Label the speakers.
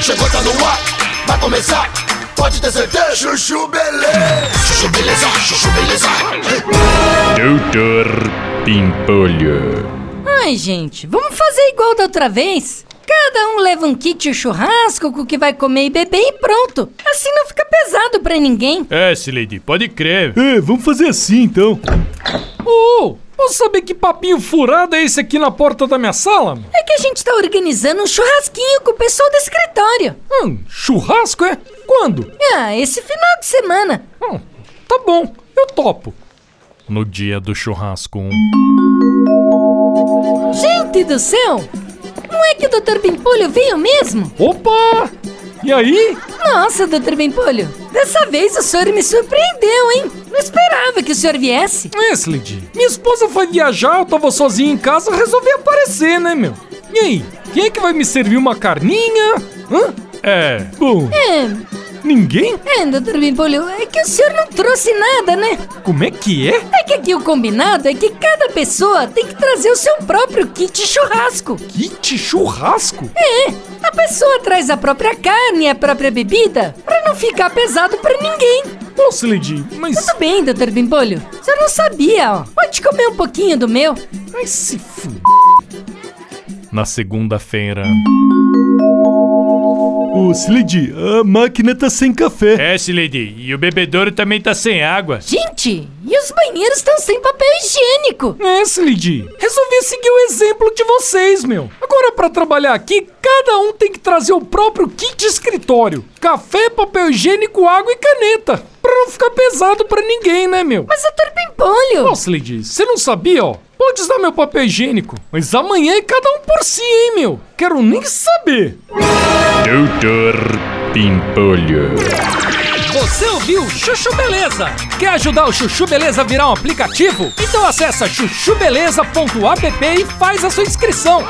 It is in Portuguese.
Speaker 1: Chegou, tá no ar, vai começar. Pode ter certeza. Chuchu beleza. Chuchu beleza, chuchu beleza.
Speaker 2: Doutor Pimpolho.
Speaker 3: Ai, gente, vamos fazer igual da outra vez? Cada um leva um kit e churrasco com o que vai comer e beber e pronto. Assim não fica pesado pra ninguém.
Speaker 4: É, Sileidi, pode crer.
Speaker 5: É, vamos fazer assim então.
Speaker 4: Ô, Uh, posso saber que papinho furado é esse aqui na porta da minha sala? meu?
Speaker 3: É que a gente tá organizando um churrasquinho com o pessoal do escritório.
Speaker 4: Hum, churrasco, é? Quando?
Speaker 3: Ah, esse final de semana.
Speaker 4: Hum, tá bom, eu topo. No dia do churrasco.
Speaker 3: Gente do céu! Não é que o Dr. Pimpolho veio mesmo?
Speaker 4: Opa! E aí?
Speaker 3: Nossa, Dr. Pimpolho, dessa vez o senhor me surpreendeu, hein? Não esperava que o senhor viesse.
Speaker 4: É, Sileidi, minha esposa foi viajar, eu tava sozinho em casa, resolvi aparecer, né, meu? E aí, quem é que vai me servir uma carninha? Hã? É, bom,
Speaker 3: É,
Speaker 4: ninguém?
Speaker 3: é, Dr. Pimpolho, é que o senhor não trouxe nada, né?
Speaker 4: Como é que é?
Speaker 3: É que aqui o combinado é que cada pessoa tem que trazer o seu próprio kit churrasco.
Speaker 4: Kit churrasco?
Speaker 3: É, a pessoa traz a própria carne e a própria bebida pra não ficar pesado pra ninguém.
Speaker 4: Ô, Sileidi, mas...
Speaker 3: Tudo bem, Dr. Bimbolho. Você não sabia, ó. Pode comer um pouquinho do meu.
Speaker 4: Ai, se f... Na segunda-feira.
Speaker 5: Ô, Slade, a máquina tá sem café.
Speaker 4: É, Lady, e o bebedouro também tá sem água.
Speaker 3: Gente, e os banheiros estão sem papel higiênico.
Speaker 4: É, Slady, resolvi seguir o exemplo de vocês, meu. Agora, pra trabalhar aqui, cada um tem que trazer o próprio kit de escritório: café, papel higiênico, água e caneta. Pra não ficar pesado pra ninguém, né, meu?
Speaker 3: Mas, Dr. Bimbolho...
Speaker 4: Ô, Slady, você não sabia, ó? Pode usar meu papel higiênico, mas amanhã é cada um por si, hein, meu? Quero nem saber.
Speaker 2: É, Doutor Pimpolho.
Speaker 4: Você ouviu Chuchu Beleza? Quer ajudar o Chuchu Beleza a virar um aplicativo? Então acessa chuchubeleza.app e faz a sua inscrição.